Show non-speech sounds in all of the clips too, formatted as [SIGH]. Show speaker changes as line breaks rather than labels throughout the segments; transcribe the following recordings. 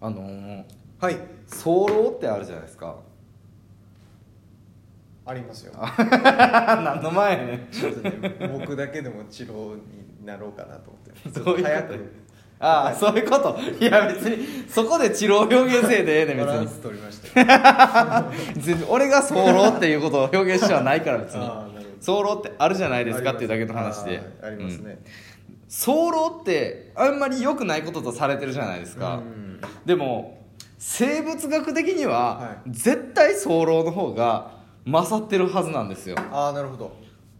あのー
はい
早漏ってあるじゃないですか [LAUGHS]
ありますよ
何の前やねん
[LAUGHS] ちょっとね僕だけでも治療になろうかなと思
[LAUGHS]
って
どういうこと
早く
ああそういうこといや別にそこで治療表現せえでええねん
バ
別
ラ
に
ンス取りましたよ
全然俺が早漏っていうことを表現してはないから別に
ああなるほど
早漏ってあるじゃないですかっていうだけの話で
ありますね
うん早漏ってあんまり良くないこととされてるじゃないですか、
うん
でも生物学的には
は
絶対早漏の方が勝ってるはずなんですよ
ああなるほど
っ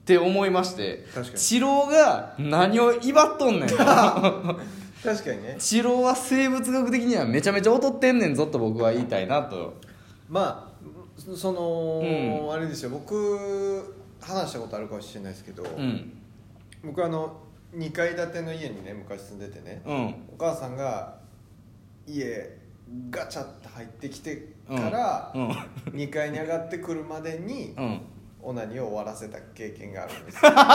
て思いまして
確かに
治療が何を威張っとん [LAUGHS] ねん
確かにね
治療は生物学的にはめちゃめちゃ劣ってんねんぞと僕は言いたいなと
まあそその、
う
あれですよ僕話したことあるかもしれないですけど、
うん
僕あの2階建ての家にね昔住んでてね、
うん
お母さんが家ガチャって入ってきてから、
うん
2階に上がってくるまでに、
うん
オナニーを終わらせた経験が
[LAUGHS]
あるん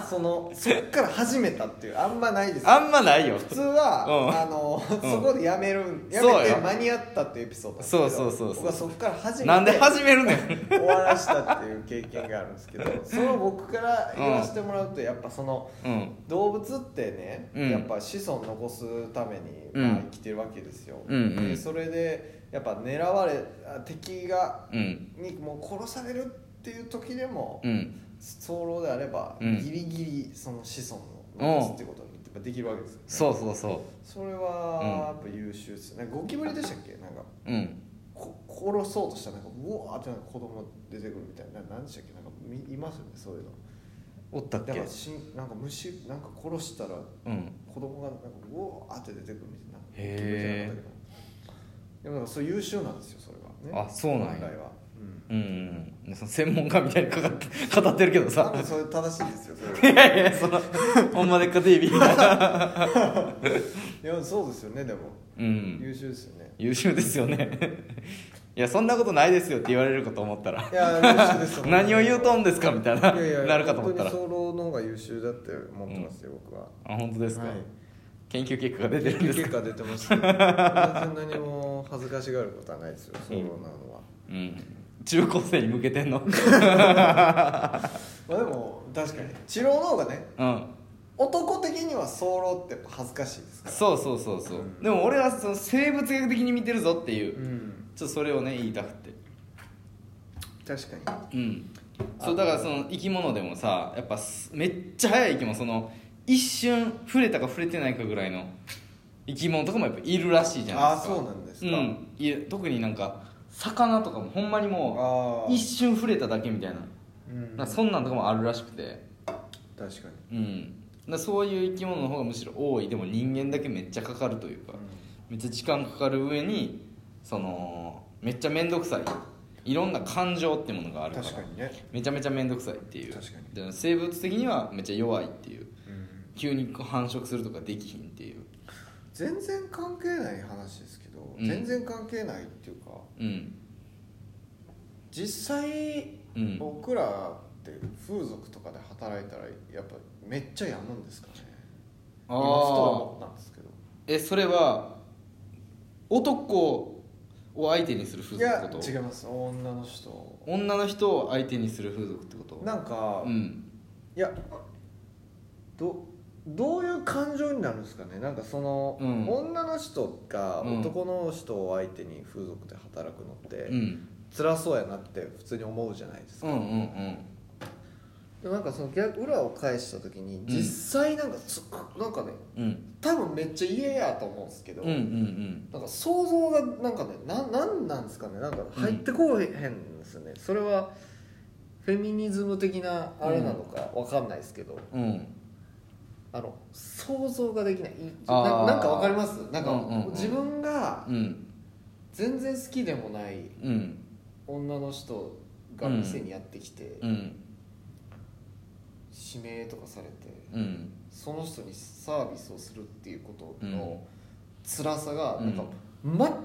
ですよそのそっから始めたっていうあんまないですよ
あんまないよ
普通は、
うん
あの
ん
そこでやめるんや
そう
め
よ
て間に合ったっていうエピソードなんですけど
そうそうそうそう
僕はそこから始めて
なんで始めるねん
終わらしたっていう経験があるんです
[LAUGHS]
けどその僕から言わせてもらうとやっぱその
うん
動物ってね、
うん
やっぱ子孫残すために、
うん
まあ生きてるわけですよ、
うんうん
でそれでやっぱ狙われあ敵が
うん
にもう殺されるっていう時でも、
うん
早漏であれば、
うん
ギリギリその子孫を残すってことにやっぱできるわけですよね
そうそうそ
それはやっぱ優秀ですね、なんかゴキブリでしたっけなんか
ううん
こ殺そうとしたらなんかうわーってなんか子供出てくるみたいな何でしたっけなんかみいますよねそういうの
おったっ
だか
け
らしんなんか虫なんか殺したら
うん
子供がなんかうわーって出てくるみたいな
へー
ゴキブリじゃなかったけどでもなんかそう優秀なんですよそれはね
あそうなんや
本来は、うん
うんうんその専門家みたいにかかって語ってるけど
多
さ
分それ正しいですよ
[LAUGHS]
それはい
やいやそのほんまでっかテレビみたいない
やそうですよねでも、
うん
優秀ですよね
優秀ですよね [LAUGHS] いやそんなことないですよって言われるかと思ったら
いや優秀です
[LAUGHS]
よ
何を言うとんですかみたいない
やいや
なるかと思ったら
本当に早漏の方が優秀だって思ってますよ、僕は
あ本当ですか、
はい
研究結果が出てるんです
結
か
果出てますけど全然何も恥ずかしがることはないですよ早漏なのは、
うん中高生に向けてんの [LAUGHS]
まあでも確かに治療の方がね
うん
男的には早漏ってやっぱ恥ずかしいですから
そうそうそうそう、でも俺はその生物学的に見てるぞっていう、
ん
ちょっとそれをね言いたくて
確かに
うんそうだからその生き物でもさやっぱすめっちゃ速い生き物その一瞬触れたか触れてないかぐらいの生き物とかもやっぱいるらしいじゃない
ああ
ですか
そうなんですか、
うん、いえ特になんか魚とかもほんまにも
あ
う
あ
一瞬触れただけみたいな
うん
なんか
確
そんなんとかもあるらしくて
かに、
うんだからそういう生き物の方がむしろ多いでも人間だけめっちゃかかるというかめっちゃ時間かかる上にそのめっちゃ面倒くさいいろんな感情ってものがあるから
確かにね、
めちゃめちゃ面倒くさいっていう
確かに
で生物的にはめっちゃ弱いっていう
うん
急に繁殖するとかできひんっていう
全然関係ない話ですけど、
うん
全然関係ないっていうか
うん
実際、
うん
僕らって風俗とかで働いたらやっぱめっちゃやむんですかね
あ
今ふと思ったんですけど
えそれは男を相手にする風
い
俗っ
や
てこと
違います女の人
女の人を相手にする風俗ってこと
なんか、
う
い
ん
やどどういう感情になるんですかねなんかその、
うん
女の人が
うん
男の人を相手に風俗で働くのって、
うん
辛そうやなって普通に思うじゃないですか
うんうんうん
でもなんかその逆裏を返した時に実際なんかつ、なんかね
うん
多分めっちゃ嫌やと思うんですけど、
うんうんうん
なんか想像がなんかねななんなんですかねなんか入ってこうへんですよね、それはフェミニズム的なあれなのかわかんないですけど、
うん
あの想像ができないい
あー
ななんかわかりますなんか、
うんうんうん
自分が
うん
全然好きでもない
うん
女の人が店にやってきて、
うん
指名とかされて
うん
その人にサービスをするっていうこと
うん
の辛さがなんか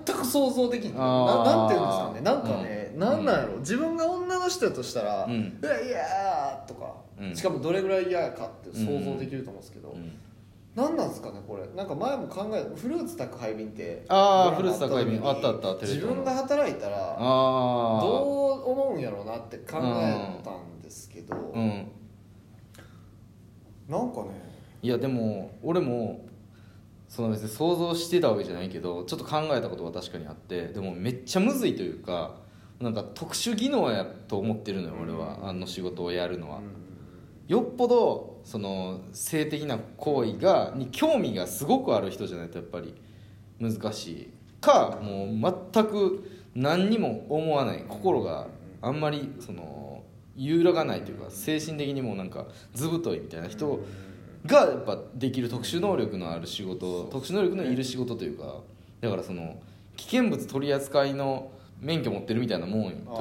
全く想像できない、な
あー
なんていうんですかねなんかね、
うん
なんなんやろ自分が女の人やとしたら
う
「うんわいやー」とか、
うん
しかもどれぐらい嫌かって想像できると思うんですけど、
うん
何なんですかねこれなんか前も考えフルーツ宅配便って
あー
ドラマ
フルーツ宅配便
あった
あったあった
時
テレ
に
ビド
自
ラマ
分が働いたら
ああ
どう思うんやろうなって考えたんですけど、
うん
なんかね
いやでも俺もその別に想像してたわけじゃないけどちょっと考えたことは確かにあってでもめっちゃむずいというかなんか特殊技能やと思ってるのよ俺は、あの仕事をやるのは、よっぽどその性的な行為がに興味がすごくある人じゃないとやっぱり難しいかもう全く何にも思わない心があんまりその揺らがないというか精神的にもなんかずぶといみたいな人がやっぱできる特殊能力のある仕事特殊能力のいる仕事というかだからその危険物取り扱いの免許持ってるみたいなもんというか
あ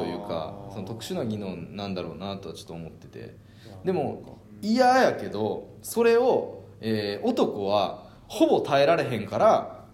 ー
その特殊な技能なんだろうなとはちょっと思ってて。
で
で
も
も嫌やけどそれを、えー男はほぼ耐えられへんから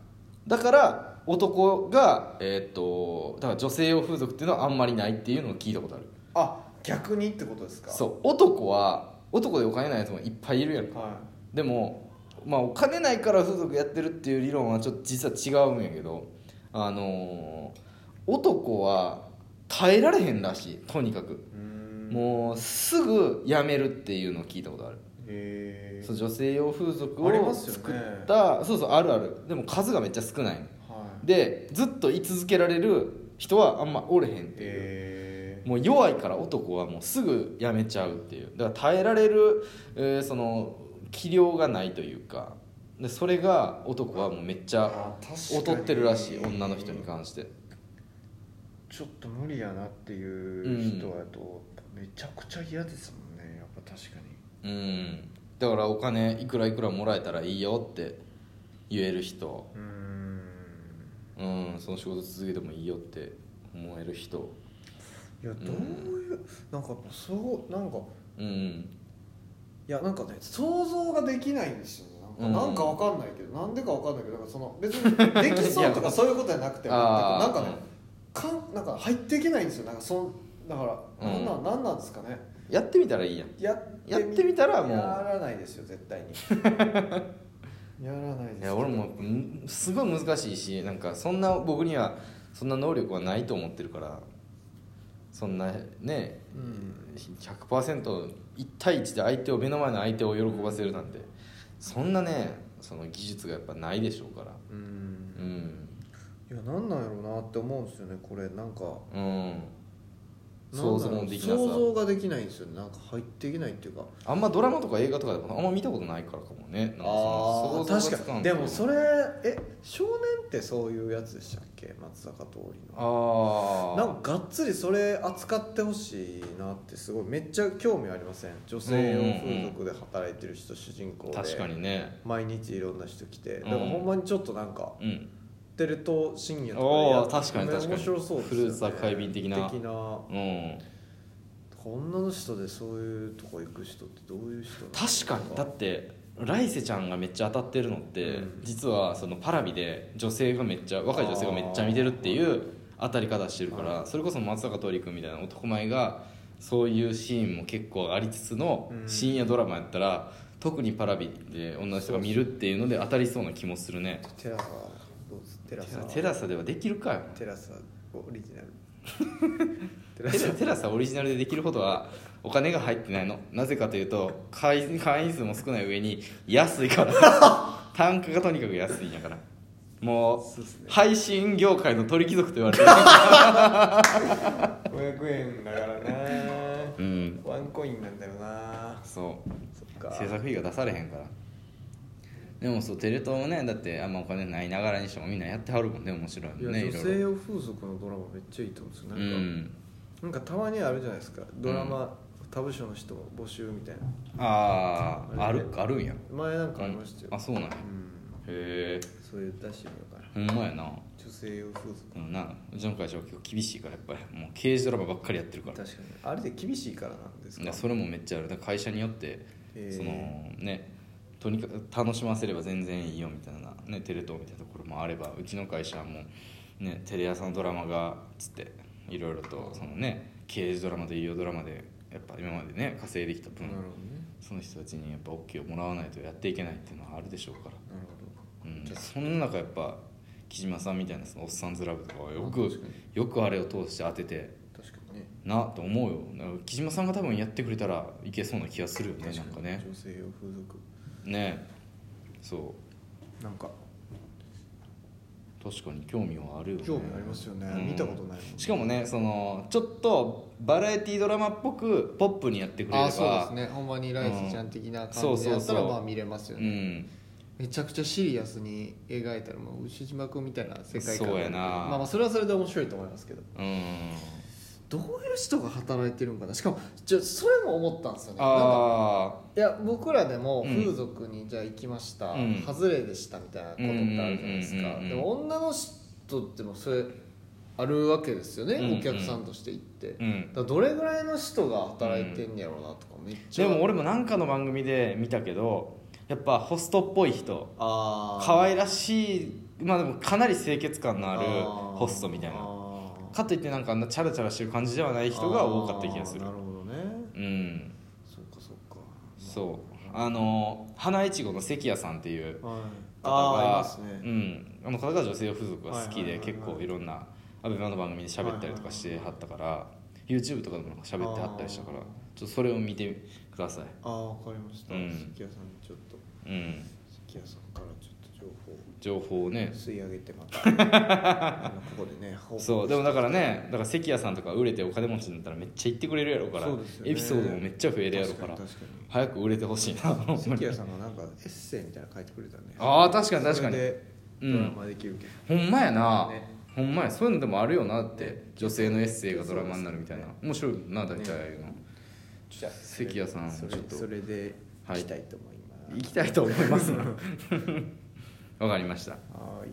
だから男がえーっとだから女性用風俗っていうのはあんまりないっていうのを聞いたことある
あ逆にってことですか
そう男は男でお金ないやつもいっぱいいるやんか
は
でも、まあ、お金ないから風俗やってるっていう理論はちょっと実は違うんやけどあのー男は耐えられへんらしいとにかく
いうん
もうすぐ辞めるっていうのを聞いたことある
へえ
そう女性用風俗
ありま
を
すよね
作った、そうそうあるあるでも数がめっちゃ少ない
はい
でずっと居続けられる人はあんまおれへんっていう、
へえ
もう弱いから男はもうすぐやめちゃうっていうだから耐えられる、えーその器量がないというかでそれが男はもうめっちゃ
あ確
劣
かに
ってるらしい女の人に関して
ちょっと無理やなっていう人やとめちゃくちゃ嫌ですもんねやっぱ確かに
うんだからお金いくらいくらもらえたらいいよって言える人
うーん
うんその仕事続けてもいいよって思える人
いやどういうなんかやっぱそうなんか
うん
いやなんかね想像ができないんですよねなんか
うん
なんかわかんないけどなんでかわかんないけどなんかその別にできそうと
いや
かそういうことじゃなくて全く
あー
なんかねかんなんか入っていけないんですよなんかそんだから
う
なんんなんなんなんですかね
やってみたらいいやん
やってみ
やってみたらもう
やらないですよ
[LAUGHS]
絶対にやらないです
いや俺もんすごい難しいしなんかそんな僕にはそんな能力はないと思ってるからそんなね
うん
100%一対一で相手を目の前の相手を喜ばせるなんてそんなねその技術がやっぱないでしょうから
う
うんん
いやなんなんやろうなって思うんですよねこれなんか
うん
なんなん
想
や
像
ろ
もできなさ
想像ができないんですよねなんか入っていけないっていうか
あんまドラマとか映画とかでもあんま見たことないからかもねなんかその
あ
想像がつ
確
かん
かにでもそれえ少年ってそういうやつでしたっけ松坂桃李の
ああ
なんかがっつりそれ扱ってほしいなってすごいめっちゃ興味ありません女性用風俗で働いてる人主人公で
確かにね
毎日いろんな人来て
ん
だからほんまにちょっとなんか
うん
テレ東深夜と
おー
か
確かに確かに
面白そうですよね
フルーツ宅配便的な
的な
うん
女の人でそういうとこ行く人ってどういう人
確かにだって来世ちゃんがめっちゃ当たってるのって、
うん
実はそのパラビで女性がめっちゃ若い女性がめっちゃ見てるっていう当たり方してるから、それこそ松坂桃李君みたいな男前がそういうシーンも結構ありつつの
うん
深夜ドラマやったら、特にパラビで女の人が見るっていうので当たりそうな気もするね
テラサどうぞテラサ
テラサではできるかよ
テラサオリ [LAUGHS] ジナルテ
テラテラサオリジナルでできるほどはお金が入ってないのなぜかというと会員会員数も少ない上に安いから
[LAUGHS]
単価がとにかく安いんやからもう
そうっすね
配信業界の鳥貴族と言われてる
500円だからな
うん
ワンコインなんだよな
そう
そっか
制作費が出されへんからでもそうテレ東もねだってあんまお金ないながらにしてもみんなやってはるもんね面白いもん
い
ね
や
い
女
ろ
性
いろ
用風俗のドラマめっちゃいいと思うんですよ
う
なんか、
ん
なんかたまにあるじゃないですかドラマ、他部署の人募集みたいな
あああ
あれ
るあるんや
前なんかありましたよ、
あそうなんやへ
うん
え
それ出してみようかな
ほんまやな
女性用風俗
うんなうちの会社は結構厳しいからやっぱりもう刑事ドラマばっかりやってるから
確かにあれで厳しいからなんです
い
か
やそれもめっちゃあるだから会社によって、
えー
そのねとにかく楽しませれば全然いいよみたいな、ね、テレ東みたいなところもあればうちの会社はもう、ね、テレ朝のドラマがつっていろいろとそのね刑事ドラマと医療ドラマでやっぱ今までね稼いできた分
なるほどね
その人たちにやっぱ OK をもらわないとやっていけないっていうのはあるでしょうから、
なるほど
うん、そんな中やっぱ木島さんみたいなそのおっさんずラブとかはよ
確
く
かに
よくあれを通して当てて
確かにね
なと思うよなんか木島さんが多分やってくれたらいけそうな気がするよね
確
なんかね
女性用風俗
ねそ
なんか
う確かに興味はあるよね
興味ありますよね、
うん
見たことないもん
しかもねそのちょっとバラエティドラマっぽくポップにやってくれれば
あそうですねほんまにライスちゃん的な感じで
うんそう
やったら
そうそう
まあ見れますよ
う
ね、
ん
めちゃくちゃシリアスに描いたらもう牛島君みたいな世界観
そうやな
まあまあそれはそれで面白いと思いますけど
うん
どういう人が働いてるんかなしかもじゃそれも思ったんですよねなんか
あ
いや僕らでも
うん
風俗にじゃあ行きました、
うん
外れでしたみたいなことってあるじゃないです
うんうんうん
か
うんうん
でも女の人ってもそれあるわけですよね、
うんうん
お客さんとして行って、
ーうん
だからどれぐらいの人が働いてんねやろうなとかめっち
で
ゃ
も俺もなんかの番組で見たけどやっぱホストっぽい人
あー
可愛らしいまあでもかなり清潔感のある
ー
ホストみたい
あ
な
ー
かといってなんかあんなチャラチャラしてる感じではない人が多かった気がする
あーなるほどね
うん
そっかそっ
そうあの花いちごの関谷さんっていう
かはい
方
ー
が
ね
うん、あの方が女性風俗が好き
はいはい
で
はいはい
結構いろんなアベマの番組で喋ったりとかしてはったから、YouTube とかでもなんか喋ってはったりしたから
あー
ちょっとそれを見てください
ああわかりました
うん
屋さんにちょっと
うん
関谷さんからちょっと情報を
情報をね
吸い上げてまたあのここでね報告
そうでもだからねだから関谷さんとか売れてお金持ちになったらめっちゃ言ってくれるやろから、
そうですよね
エピソードもめっちゃ増えるやろから
確かに
早く売れてほしいなほん
確か
ま
に
に
関谷さんがなんかエッセイみたいなの書いてくれたね
あー確かに確かに
それで
うん
ドラマできるけど
ほんまやな、
ね
ほんまやそういうのでもあるよなって女性のエッセイがドラマになるみたいな面白いな大体ああいうの、
じゃあ
関谷さん
それ
ちょっと
それで
はい
行きたいと思いま
[LAUGHS]
す、 [LAUGHS]
行きたいと思いますわかりました
はーい